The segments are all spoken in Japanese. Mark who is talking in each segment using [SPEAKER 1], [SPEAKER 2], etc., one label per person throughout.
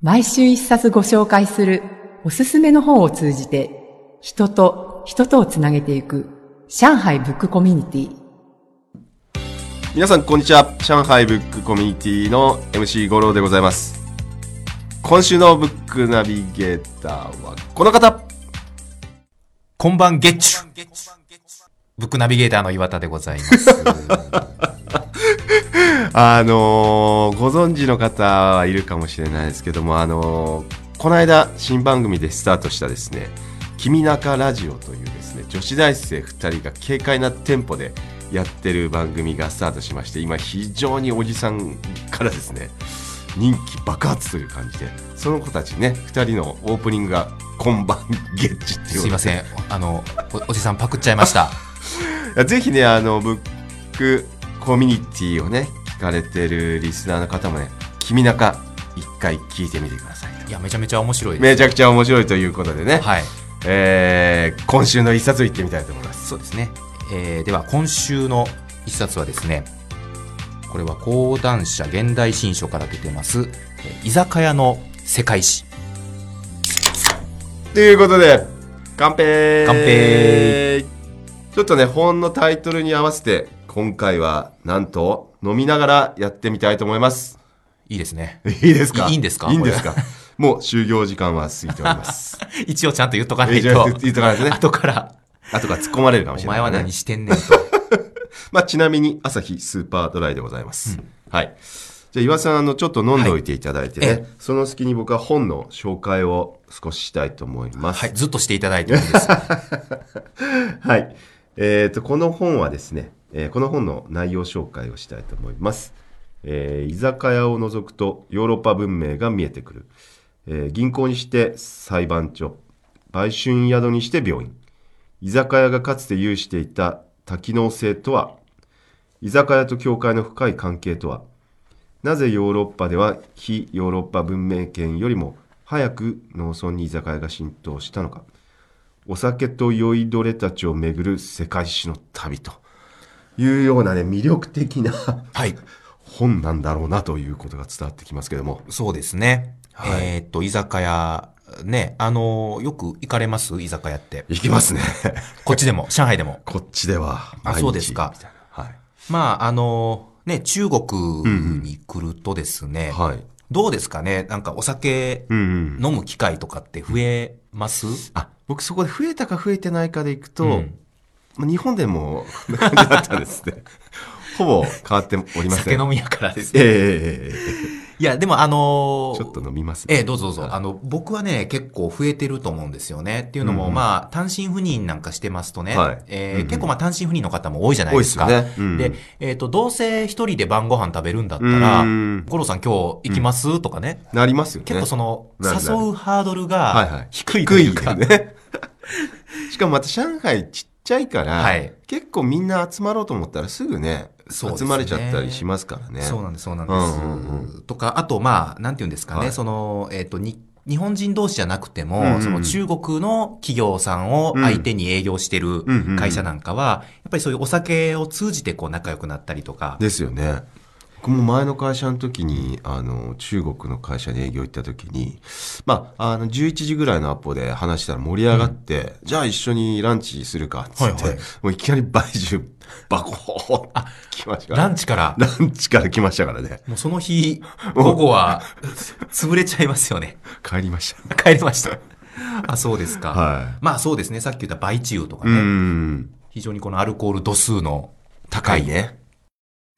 [SPEAKER 1] 毎週一冊ご紹介するおすすめの本を通じて人と人とをつなげていく上海ブックコミュニティ
[SPEAKER 2] 皆さんこんにちは上海ブックコミュニティの MC 五郎でございます今週のブックナビゲーターはこの方
[SPEAKER 3] こんばんゲッチュ。ブックナビゲーターの岩田でござい ます。
[SPEAKER 2] あのーご存知の方はいるかもしれないですけどもあのーこの間新番組でスタートしたですね「君中ラジオ」というですね女子大生2人が軽快なテンポでやってる番組がスタートしまして今非常におじさんからですね人気爆発という感じでその子たちね2人のオープニングが「こんばん ゲッチ」っていう
[SPEAKER 3] すいません。あの、おおじさんパクっちゃいました。
[SPEAKER 2] い やぜひねあのブックコミュニティをね聞かれてるリスナーの方もね「君中」一回聞いてみてください
[SPEAKER 3] いや、めちゃめちゃ面白いで
[SPEAKER 2] めちゃくちゃ面白いということでね、
[SPEAKER 3] す。はい。
[SPEAKER 2] えー今週の一冊を言ってみたいと思います
[SPEAKER 3] そうですね。えーでは、今週の一冊はですね、これは講談社現代新書から出てます、えー居酒屋の世界史。
[SPEAKER 2] ということで乾杯
[SPEAKER 3] 乾杯
[SPEAKER 2] ちょっとね本のタイトルに合わせて今回はなんと飲みながらやってみたいと思います
[SPEAKER 3] いいですね。
[SPEAKER 2] いいですか
[SPEAKER 3] いいいんですか
[SPEAKER 2] いいんですかもう就業時間は過ぎております
[SPEAKER 3] 一応ちゃんと言っとかない
[SPEAKER 2] 一応
[SPEAKER 3] と、
[SPEAKER 2] 言っとかないとね
[SPEAKER 3] 後から、
[SPEAKER 2] 後から突っ込まれるかもし
[SPEAKER 3] お
[SPEAKER 2] れない
[SPEAKER 3] 前
[SPEAKER 2] か
[SPEAKER 3] は
[SPEAKER 2] らね、
[SPEAKER 3] 何してんねん と。
[SPEAKER 2] まあ、ちなみに、朝日スーパードライでございます。はい。じゃあ、岩井さん、あの、ちょっと飲んでおいていただいてね、
[SPEAKER 3] はいえ
[SPEAKER 2] その隙に僕は本の紹介を少ししたいと思います。
[SPEAKER 3] はい、ずっとしていただいてもいい です。
[SPEAKER 2] はい。えっ、と、この本はですね、えーこの本の内容紹介をしたいと思います。えー居酒屋を除くとヨーロッパ文明が見えてくる。えー銀行にして裁判所、売春宿にして病院。居酒屋がかつて有していた多機能性とは、居酒屋と教会の深い関係とは、なぜヨーロッパでは非ヨーロッパ文明圏よりも早く農村に居酒屋が浸透したのか。お酒と酔いどれたちをめぐる世界史の旅というようなね魅力的な
[SPEAKER 3] はい。
[SPEAKER 2] 本なんだろうなということが伝わってきますけども
[SPEAKER 3] そうですね。
[SPEAKER 2] はい
[SPEAKER 3] えーっと、居酒屋、ね、あのーよく行かれます居酒屋って。
[SPEAKER 2] いきますね
[SPEAKER 3] こっちでも、上海でも。
[SPEAKER 2] こっちでは
[SPEAKER 3] あ
[SPEAKER 2] 毎日
[SPEAKER 3] そうですか
[SPEAKER 2] みたいなはい、
[SPEAKER 3] まあ、あのーね、中国に来るとですね、
[SPEAKER 2] はい、
[SPEAKER 3] どうですかねなんかお酒
[SPEAKER 2] うん、うん、
[SPEAKER 3] 飲む機会とかって増えます、
[SPEAKER 2] あ僕そこで増えたか増えてないかでいくと、
[SPEAKER 3] うん
[SPEAKER 2] まあ日本で もこんな感じだったんです ねほぼ変わっておりま
[SPEAKER 3] 酒
[SPEAKER 2] せん
[SPEAKER 3] 飲みやからです
[SPEAKER 2] え
[SPEAKER 3] ね。
[SPEAKER 2] えええええ
[SPEAKER 3] いや、でもあのー
[SPEAKER 2] ちょっと飲みます
[SPEAKER 3] ええ、どうぞどうぞ。
[SPEAKER 2] はい
[SPEAKER 3] あの、僕はね、結構増えてると思うんですよね。っていうのも、
[SPEAKER 2] うんうん
[SPEAKER 3] まあ、単身赴任なんかしてますとね、
[SPEAKER 2] はい
[SPEAKER 3] えー
[SPEAKER 2] うんうん
[SPEAKER 3] 結構まあ単身赴任の方も多いじゃない
[SPEAKER 2] 多いで
[SPEAKER 3] で
[SPEAKER 2] すす
[SPEAKER 3] か。
[SPEAKER 2] よね、うん
[SPEAKER 3] で、えっ、と、どうせ一人で晩ご飯食べるんだったら
[SPEAKER 2] う、ん
[SPEAKER 3] 五郎さん今日行きます、とかね。
[SPEAKER 2] なりますよね
[SPEAKER 3] 結構その、
[SPEAKER 2] なるなる
[SPEAKER 3] 誘うハード
[SPEAKER 2] は
[SPEAKER 3] ル
[SPEAKER 2] いは
[SPEAKER 3] が
[SPEAKER 2] い
[SPEAKER 3] 低いと
[SPEAKER 2] 低
[SPEAKER 3] い
[SPEAKER 2] いう
[SPEAKER 3] か、
[SPEAKER 2] よね。 しかもまた上海ちっちゃいから、
[SPEAKER 3] はい
[SPEAKER 2] 結構みんな集まろうと思ったらすぐね、
[SPEAKER 3] そうで
[SPEAKER 2] 集
[SPEAKER 3] すね
[SPEAKER 2] まれちゃったりしますからね。
[SPEAKER 3] そうなんです、そうなんです。
[SPEAKER 2] うんうん
[SPEAKER 3] とか、あと、まあ、なんていうんですかね、
[SPEAKER 2] はい
[SPEAKER 3] その、えっ、と、に、日本人同士じゃなくて
[SPEAKER 2] う
[SPEAKER 3] も、
[SPEAKER 2] んうんうん
[SPEAKER 3] その中国の企業さんを相手に営業してる
[SPEAKER 2] うんうん
[SPEAKER 3] 会社なんかは、やっぱりそういうお酒を通じてこう仲良くなったりとか、
[SPEAKER 2] ですよね。僕も前の会社の時に、あの、中国の会社に営業行った時に、まあ、あの、11時ぐらいのアポで話したら盛り上がって、じゃあ一緒にランチするか、つって、
[SPEAKER 3] はいはい
[SPEAKER 2] もういきなり倍中、バコーン来ましたから
[SPEAKER 3] ランチから、
[SPEAKER 2] ランチから来ましたからね。
[SPEAKER 3] もうその日、 午後は、潰れちゃいますよね。
[SPEAKER 2] 帰りました。
[SPEAKER 3] 帰りました。あ、そうですか。
[SPEAKER 2] は
[SPEAKER 3] まあそうですね、さっき言った倍治癒とか
[SPEAKER 2] う
[SPEAKER 3] ね、
[SPEAKER 2] ん。
[SPEAKER 3] 非常にこのアルコール度数の高いね。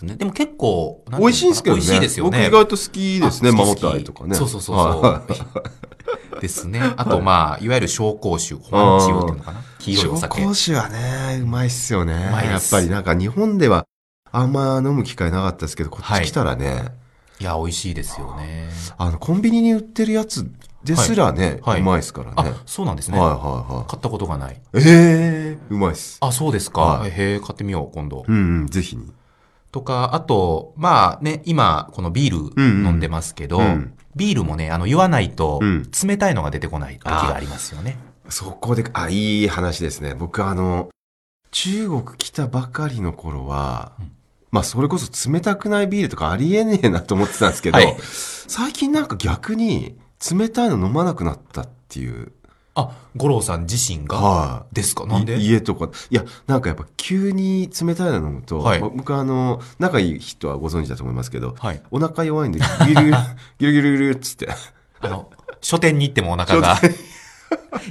[SPEAKER 2] ね。
[SPEAKER 3] でも結構、なんて
[SPEAKER 2] 美
[SPEAKER 3] うのかな
[SPEAKER 2] 味しいんですけどね。
[SPEAKER 3] 美味しいですよね。
[SPEAKER 2] 僕意外と好きですね、
[SPEAKER 3] あ
[SPEAKER 2] マ
[SPEAKER 3] 好
[SPEAKER 2] モ
[SPEAKER 3] き好き
[SPEAKER 2] タイとかね。
[SPEAKER 3] そうそうそうそう。 ですね。あと、まあ、いわゆる紹興酒、ホワンチオっていうのかな。黄色いお
[SPEAKER 2] 紹
[SPEAKER 3] 酒。
[SPEAKER 2] 興酒はね、うまいっすよね。
[SPEAKER 3] うまい
[SPEAKER 2] や
[SPEAKER 3] で
[SPEAKER 2] っ
[SPEAKER 3] す
[SPEAKER 2] ぱりなんか日本ではあんま飲む機会なかったですけど、こっち来たらね、
[SPEAKER 3] いや、美味しいですよね。
[SPEAKER 2] あの、コンビニに売ってるやつですらね、
[SPEAKER 3] はいはいう
[SPEAKER 2] まいですからね。はい
[SPEAKER 3] あ、そうなんですね。
[SPEAKER 2] は
[SPEAKER 3] 買ったことがない。
[SPEAKER 2] いはい。ええー、うまいっす。
[SPEAKER 3] あ、そうですか。
[SPEAKER 2] はい
[SPEAKER 3] へえ、買ってみよう、今度
[SPEAKER 2] う。んうん、ぜひに。
[SPEAKER 3] とか、あと、まあね、今、このビール
[SPEAKER 2] うんうん
[SPEAKER 3] 飲んでますけど
[SPEAKER 2] うん、
[SPEAKER 3] ビールもね、あの、言わないと
[SPEAKER 2] うん、
[SPEAKER 3] 冷たいのが出てこない時がありますよね。
[SPEAKER 2] そこで、あ、いい話ですね。僕あの、中国来たばかりの頃は、
[SPEAKER 3] うん
[SPEAKER 2] まあそれこそ冷たくないビールとかありえねえなと思ってたんですけど、
[SPEAKER 3] はい
[SPEAKER 2] 最近なんか逆に冷たいの飲まなくなったっていう。
[SPEAKER 3] あ、五郎さん自身が
[SPEAKER 2] は
[SPEAKER 3] ですか
[SPEAKER 2] い
[SPEAKER 3] なんで
[SPEAKER 2] い家とか。いや、なんかやっぱ急に冷たいの飲むと、
[SPEAKER 3] はい
[SPEAKER 2] まあ僕あの、仲いい人はご存知だと思いますけど、
[SPEAKER 3] はい。
[SPEAKER 2] お腹弱いんで、ギル ギル、ギルギルギルっつって。
[SPEAKER 3] あの、書店に行ってもお腹が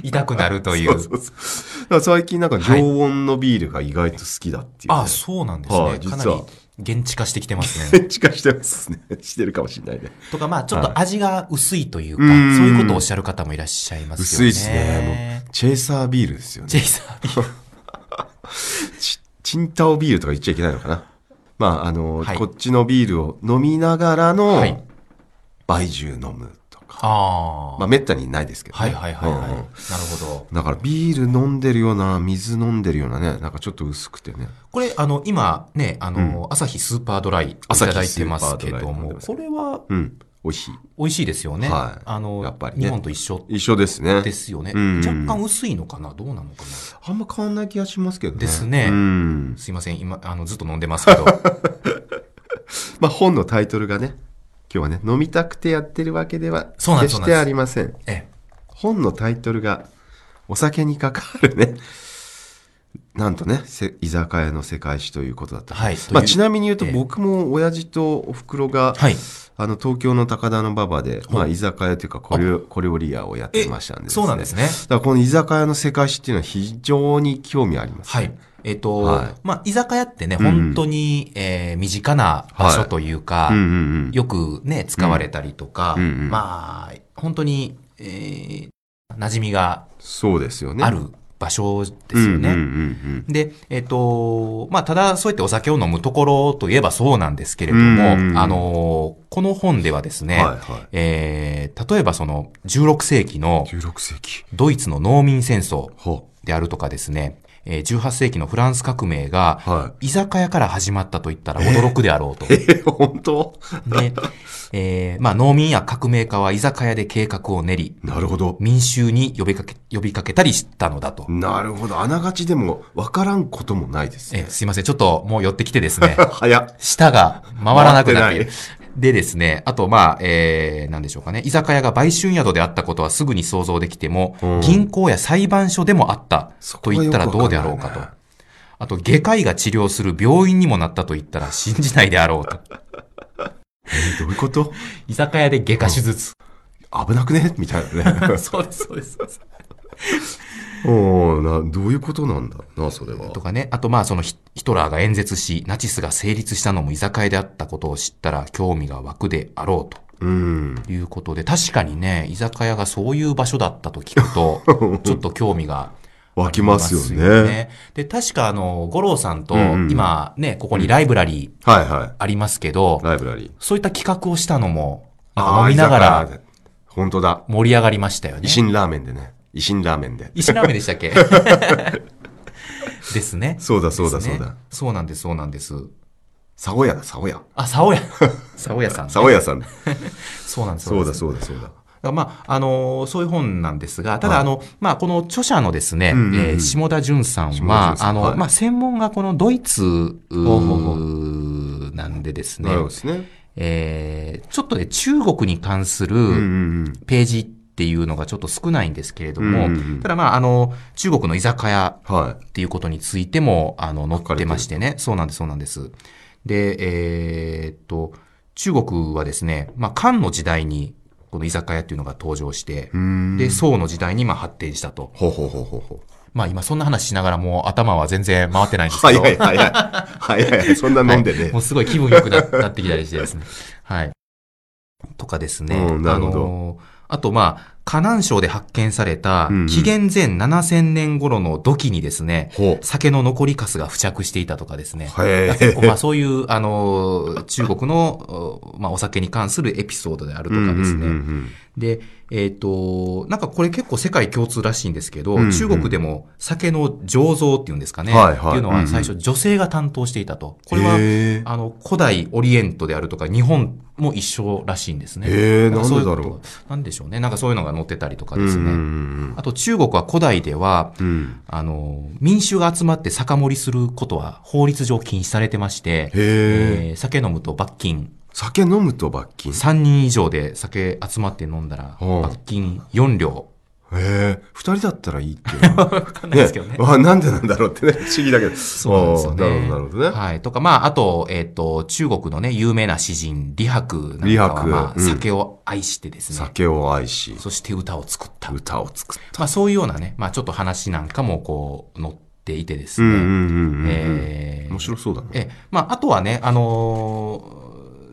[SPEAKER 3] 痛くなるという。
[SPEAKER 2] そうそうそうだから最近なんか常温のビールが意外と好きだっていう、ね。
[SPEAKER 3] あ、そうなんです
[SPEAKER 2] は
[SPEAKER 3] ね。
[SPEAKER 2] い
[SPEAKER 3] かな
[SPEAKER 2] 実
[SPEAKER 3] り
[SPEAKER 2] は
[SPEAKER 3] 現地化してきてま すね。
[SPEAKER 2] 電池化してますね。してるかもしれないね。
[SPEAKER 3] とか、まあ、ちょっと味が薄いというか、
[SPEAKER 2] う
[SPEAKER 3] そうんいうことをおっしゃる方もいらっしゃいますよ
[SPEAKER 2] 薄
[SPEAKER 3] ね。
[SPEAKER 2] いですね。もう、チェイサービールですよ
[SPEAKER 3] ジェ
[SPEAKER 2] ね
[SPEAKER 3] イ。さん、
[SPEAKER 2] チチンタオビールとか言っちゃいけないのかな。まあ、あの、
[SPEAKER 3] はい
[SPEAKER 2] こっちのビールを飲みながらの、
[SPEAKER 3] はい
[SPEAKER 2] 倍重飲むとか。
[SPEAKER 3] ああ。
[SPEAKER 2] まあ、めったにないですけど、
[SPEAKER 3] はいはいはいはい。
[SPEAKER 2] うん
[SPEAKER 3] な
[SPEAKER 2] う
[SPEAKER 3] る
[SPEAKER 2] ん
[SPEAKER 3] ほど。
[SPEAKER 2] だから、ビール飲んでるような、水飲んでるようなね、なんかちょっと薄くてね。
[SPEAKER 3] これ、あの、今ね、あの、朝日スーパードライいただいてますけども、
[SPEAKER 2] 朝日ス
[SPEAKER 3] こ
[SPEAKER 2] ーパ
[SPEAKER 3] れは
[SPEAKER 2] うん。美味しい。
[SPEAKER 3] 美味しいですよね。
[SPEAKER 2] はい
[SPEAKER 3] あの、
[SPEAKER 2] やっぱりね
[SPEAKER 3] 日本と一緒
[SPEAKER 2] 一緒ですね。
[SPEAKER 3] ですよね。
[SPEAKER 2] うん
[SPEAKER 3] 若干薄いのかなどうなのかな
[SPEAKER 2] あんま変わんない気がしますけどね。
[SPEAKER 3] ですね
[SPEAKER 2] うん。
[SPEAKER 3] すいません、今、あの、ずっと飲んでますけ ど。
[SPEAKER 2] まあ、本のタイトルがね、今日はね、飲みたくてやってるわけでは、
[SPEAKER 3] そうなんです
[SPEAKER 2] 決してありません。
[SPEAKER 3] ええ
[SPEAKER 2] 本のタイトルが、お酒に関わるね、なんとね、せ居酒屋の世界史ということだった。
[SPEAKER 3] はい
[SPEAKER 2] まあ、
[SPEAKER 3] という
[SPEAKER 2] ちなみに言うと、
[SPEAKER 3] ええ
[SPEAKER 2] 僕も親父とお袋が、
[SPEAKER 3] はい。
[SPEAKER 2] あの、東京の高田の馬場で、まあ、居酒屋というか小料、小料理屋をやってましたんで
[SPEAKER 3] そうなんです
[SPEAKER 2] ね。
[SPEAKER 3] すね。
[SPEAKER 2] だから、この居酒屋の世界史っていうのは非常に興味あります。
[SPEAKER 3] はい。えっ、と、
[SPEAKER 2] はい
[SPEAKER 3] まあ、居酒屋ってね、
[SPEAKER 2] うん
[SPEAKER 3] 本当に、えー身近な場所というか、
[SPEAKER 2] うんうんうん。
[SPEAKER 3] よくね、使われたりとか、
[SPEAKER 2] うんうん
[SPEAKER 3] まあ、本当に、えー馴染みが
[SPEAKER 2] そうですよね。
[SPEAKER 3] ある場所ですよね。
[SPEAKER 2] うんうんうん
[SPEAKER 3] で、えっ、と、まあ、ただ、そうやってお酒を飲むところといえばそうなんですけれども、
[SPEAKER 2] うんうんうん
[SPEAKER 3] あのーこの本ではです
[SPEAKER 2] うん
[SPEAKER 3] ね、
[SPEAKER 2] はいはい。
[SPEAKER 3] えー例えばその16世紀の
[SPEAKER 2] 16世紀。
[SPEAKER 3] ドイツの農民戦争
[SPEAKER 2] は
[SPEAKER 3] であるとかですね、えー18世紀のフランス革命が、
[SPEAKER 2] は
[SPEAKER 3] 居酒屋から始まったと言ったら驚くであろうと。
[SPEAKER 2] い。え、本当
[SPEAKER 3] で、えーまあ農民や革命家は居酒屋で計画を練り、
[SPEAKER 2] なるほど。
[SPEAKER 3] 民衆に呼びかけ、呼びかけたりしたのだと。
[SPEAKER 2] なるほど。あながちでも分からんこともないです
[SPEAKER 3] え
[SPEAKER 2] ね
[SPEAKER 3] ー。すいません、ちょっともう寄ってきてですね、
[SPEAKER 2] 早っ。
[SPEAKER 3] 舌が回らなくなってい
[SPEAKER 2] 回
[SPEAKER 3] る
[SPEAKER 2] って
[SPEAKER 3] でですね、あと、まあ、えー、なんでしょうかね。居酒屋が売春宿であったことはすぐに想像できても、
[SPEAKER 2] うん
[SPEAKER 3] 銀行や裁判所でもあった
[SPEAKER 2] そことはよく
[SPEAKER 3] 言ったらどうであろう
[SPEAKER 2] わ
[SPEAKER 3] か
[SPEAKER 2] かん
[SPEAKER 3] と。
[SPEAKER 2] ないね
[SPEAKER 3] あと、外科医が治療する病院にもなったと言ったら信じないであろ うと。
[SPEAKER 2] えどういうこと
[SPEAKER 3] 居酒屋で外科手術。
[SPEAKER 2] 危なくねみたいな ね。
[SPEAKER 3] そうです、そうです。そうです
[SPEAKER 2] おなどういうことなんだろうな、それは
[SPEAKER 3] と。かね。あと、まあ、そのヒヒトラーが演説し、ナチスが成立したのも居酒屋であったことを知ったら興味が湧くであろうと。
[SPEAKER 2] うん。
[SPEAKER 3] ということで、確かにね、居酒屋がそういう場所だったと聞く と、ちょっと興味が。
[SPEAKER 2] 湧きますよね
[SPEAKER 3] で、確かあの、五郎さんと、
[SPEAKER 2] うんうん
[SPEAKER 3] 今ね、ここにライブラリー
[SPEAKER 2] はいは
[SPEAKER 3] ありますけど、
[SPEAKER 2] い。ライブラリー。
[SPEAKER 3] そういった企画をしたのも、なんか飲みなが
[SPEAKER 2] あー。居
[SPEAKER 3] ら
[SPEAKER 2] 酒屋で本当だ。
[SPEAKER 3] 盛り上がりましたよね
[SPEAKER 2] 維。新ラーメンでね。維新ラーメンで。
[SPEAKER 3] 石鍋でしたっ けですね。
[SPEAKER 2] そうだそうだ
[SPEAKER 3] ですね
[SPEAKER 2] そうだ。
[SPEAKER 3] そうなんです、そうなんです。
[SPEAKER 2] サゴヤだ、サゴヤ。
[SPEAKER 3] あ、さおや。さおやさんね、
[SPEAKER 2] サゴヤ さん。
[SPEAKER 3] そうなんです。
[SPEAKER 2] そう
[SPEAKER 3] なんで
[SPEAKER 2] だ
[SPEAKER 3] す
[SPEAKER 2] そうだそうだ。
[SPEAKER 3] だからまあ、あのーそういう本なんですが、ただ、
[SPEAKER 2] はい
[SPEAKER 3] あの、まあ、この著者のですね、
[SPEAKER 2] うんうんうん
[SPEAKER 3] えー下田淳さん
[SPEAKER 2] 下田
[SPEAKER 3] は
[SPEAKER 2] 淳、さん
[SPEAKER 3] あの、
[SPEAKER 2] はい
[SPEAKER 3] まあ、専門がこのドイツ、う
[SPEAKER 2] ほうほうほ
[SPEAKER 3] ーなんでですね
[SPEAKER 2] なる、ほどですね。
[SPEAKER 3] えーちょっとね、中国に関す
[SPEAKER 2] うんう
[SPEAKER 3] る
[SPEAKER 2] ん
[SPEAKER 3] ページっていうのがちょっと少ないんですけれども、
[SPEAKER 2] うんうんうん
[SPEAKER 3] ただまあ、あの、中国の居酒屋
[SPEAKER 2] うん。はい。
[SPEAKER 3] っていうことについても、あの、載ってましてね。そうなんです、そうなんです。で、えーっと、中国はですね、まあ、漢の時代に、この居酒屋っていうのが登場して
[SPEAKER 2] う、ん。
[SPEAKER 3] で、宋の時代にまあ発展したと。
[SPEAKER 2] ほうほうほうほうほう。
[SPEAKER 3] まあ、今そんな話しながらもう頭は全然回ってないんですけ
[SPEAKER 2] 早
[SPEAKER 3] ど。
[SPEAKER 2] い早い。早い早い。そんな飲んでね
[SPEAKER 3] も。うすごい気分良くななってきたりし てですね。はい。とかですね。
[SPEAKER 2] うんなるほど
[SPEAKER 3] あのーあと、まあ、河南省で発見された
[SPEAKER 2] うんうん、
[SPEAKER 3] 紀元前7000年頃の土器にですね、
[SPEAKER 2] ほ
[SPEAKER 3] 酒の残りカスが付着していたとかですね。
[SPEAKER 2] う。へ
[SPEAKER 3] 結
[SPEAKER 2] え。
[SPEAKER 3] 構まあそういう、あのー、中国の、おまあ、お酒に関するエピソードであるとかで
[SPEAKER 2] うんう
[SPEAKER 3] すね。
[SPEAKER 2] んうん
[SPEAKER 3] で、えっ、と、なんかこれ結構世界共通らしいんですけど、
[SPEAKER 2] うんうん
[SPEAKER 3] 中国でも酒の醸造っていうんですかね。
[SPEAKER 2] はいはい
[SPEAKER 3] っていうのは最初女性が担当していたと。これは、
[SPEAKER 2] へー
[SPEAKER 3] あの、古代オリエントであるとか、日本も一緒らしいんですね。
[SPEAKER 2] へー
[SPEAKER 3] かそういうこと
[SPEAKER 2] なんでだろ
[SPEAKER 3] なんでしょうね。なんかそういうのが載ってたりとか
[SPEAKER 2] うん
[SPEAKER 3] ですね。
[SPEAKER 2] うん
[SPEAKER 3] あと中国は古代では、
[SPEAKER 2] うんうん。
[SPEAKER 3] あの、民衆が集まって酒盛りすることは法律上禁止されてまして、
[SPEAKER 2] へえ。
[SPEAKER 3] えー酒飲むと罰金
[SPEAKER 2] 酒飲むと罰金
[SPEAKER 3] 3人以上で酒集まって飲んだら、
[SPEAKER 2] うん
[SPEAKER 3] 罰金4両。
[SPEAKER 2] ええ二人だったらいいって いう
[SPEAKER 3] わかんないですけどね。
[SPEAKER 2] あなんでなんだろうってね、 不思議だけど。
[SPEAKER 3] そうなんですよ
[SPEAKER 2] あー
[SPEAKER 3] ね。
[SPEAKER 2] なるほど、なるほどね。
[SPEAKER 3] はい。とか、まあ、あと、えっ、と、中国のね、有名な詩人、李白なんかは、
[SPEAKER 2] 李白
[SPEAKER 3] まあ、
[SPEAKER 2] うん
[SPEAKER 3] 酒を愛してですね、
[SPEAKER 2] 酒を愛し、
[SPEAKER 3] そして歌を作った。
[SPEAKER 2] 歌を作っ
[SPEAKER 3] まあ、そういうようなね、まあ、ちょっと話なんかも、こう、載っていてです
[SPEAKER 2] た。
[SPEAKER 3] ね。
[SPEAKER 2] ん
[SPEAKER 3] えー
[SPEAKER 2] 面白そうだね。
[SPEAKER 3] え、まあ、あとはね、あのー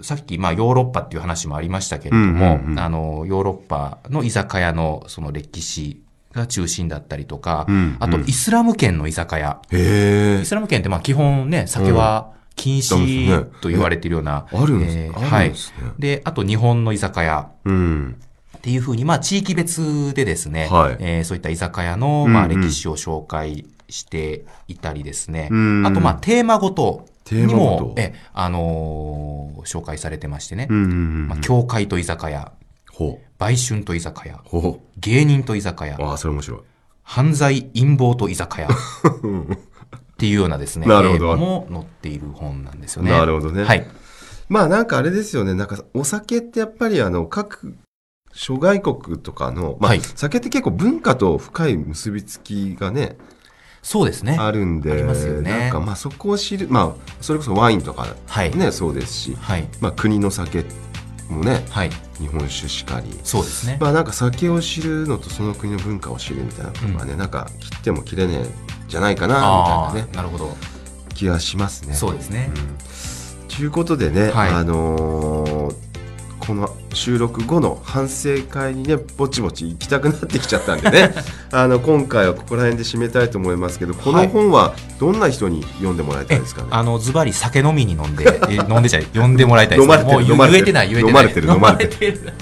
[SPEAKER 3] さっき、まあ、ヨーロッパっていう話もありましたけれども、
[SPEAKER 2] うんうんうん
[SPEAKER 3] あの、ヨーロッパの居酒屋の、その歴史が中心だったりとか、
[SPEAKER 2] うんうん
[SPEAKER 3] あと、イスラム圏の居酒屋。
[SPEAKER 2] へえ
[SPEAKER 3] イ。スラム圏って、まあ、基本ね、酒は
[SPEAKER 2] う
[SPEAKER 3] 禁
[SPEAKER 2] ん
[SPEAKER 3] 止と言われてるような。
[SPEAKER 2] あるんですね
[SPEAKER 3] えー
[SPEAKER 2] あ
[SPEAKER 3] は
[SPEAKER 2] るん
[SPEAKER 3] い
[SPEAKER 2] ですね。
[SPEAKER 3] で、あと、日本の居酒屋。
[SPEAKER 2] うん。
[SPEAKER 3] っていうふうに、まあ、地域別でですね、
[SPEAKER 2] はい
[SPEAKER 3] えーそういった居酒屋の、まあ、
[SPEAKER 2] うんうん
[SPEAKER 3] 歴史を紹介していたりですね、
[SPEAKER 2] うん
[SPEAKER 3] あと、まあ、テーマごとにも、
[SPEAKER 2] テーマごと
[SPEAKER 3] えあのー紹介されてましてね、
[SPEAKER 2] うんうんうん。
[SPEAKER 3] まあ、教会と居酒屋、
[SPEAKER 2] ほ
[SPEAKER 3] 売春と居酒屋
[SPEAKER 2] う。、ほ
[SPEAKER 3] 芸人と居酒
[SPEAKER 2] う。
[SPEAKER 3] 屋、
[SPEAKER 2] ああ、それ面白い。
[SPEAKER 3] 犯罪陰謀と 居酒屋。っていうようなですね。
[SPEAKER 2] なるほど
[SPEAKER 3] えーも載っている本なんですよね。
[SPEAKER 2] なるほどね
[SPEAKER 3] はい。
[SPEAKER 2] まあなんかあれですよね、なんかお酒ってやっぱりあの、各諸外国とかの、まあ、
[SPEAKER 3] はい
[SPEAKER 2] 酒って結構文化と深い結びつきがね、
[SPEAKER 3] そうですね。
[SPEAKER 2] あるんで、
[SPEAKER 3] ありますよね
[SPEAKER 2] なんかまあそこを知る、まあそれこそワインとか
[SPEAKER 3] はい。
[SPEAKER 2] ね、そうですし、
[SPEAKER 3] はい。
[SPEAKER 2] まあ国の酒もね、
[SPEAKER 3] はい。
[SPEAKER 2] 日本酒しかり。
[SPEAKER 3] そうですね。
[SPEAKER 2] まあなんか酒を知るのとその国の文化を知るみたいなのがね、なんか切っても切れねえんじゃないかな
[SPEAKER 3] あ
[SPEAKER 2] みたいなね
[SPEAKER 3] ーなるほど。
[SPEAKER 2] 気がしますね。
[SPEAKER 3] そうですね。
[SPEAKER 2] うんということでね、
[SPEAKER 3] はい
[SPEAKER 2] あのーこの収録後の反省会にねぼちぼち行きたくなってきちゃったんで ねあの今回はここら辺で締めたいと思いますけどこ
[SPEAKER 3] は
[SPEAKER 2] の
[SPEAKER 3] い
[SPEAKER 2] 本はどんな人に読んでもらいたいですかね、
[SPEAKER 3] あの、ズバリ酒飲みに飲ん で、え飲んでじゃない、呼んでもらいたいです。
[SPEAKER 2] 飲まれてる
[SPEAKER 3] もう
[SPEAKER 2] 飲まれてる
[SPEAKER 3] 言えてない、言えてない。
[SPEAKER 2] 飲まれてる飲まれ
[SPEAKER 3] てる。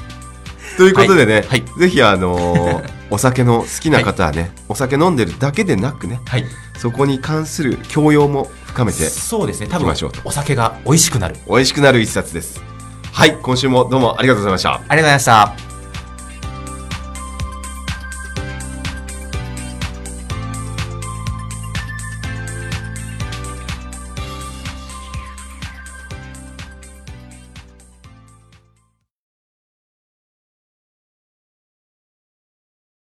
[SPEAKER 2] ということでね、
[SPEAKER 3] はい
[SPEAKER 2] ぜひあのーお酒の好きな方はね、お酒飲んでるだけでなくね
[SPEAKER 3] はい。
[SPEAKER 2] そこに関する教養も深めて
[SPEAKER 3] そうですね、多
[SPEAKER 2] 行き
[SPEAKER 3] 分
[SPEAKER 2] ましょうと、
[SPEAKER 3] お酒が美味しくなる。ありがとう
[SPEAKER 2] 美味しくなる一冊ですはい今週もどうもありがとうございました
[SPEAKER 3] ございました。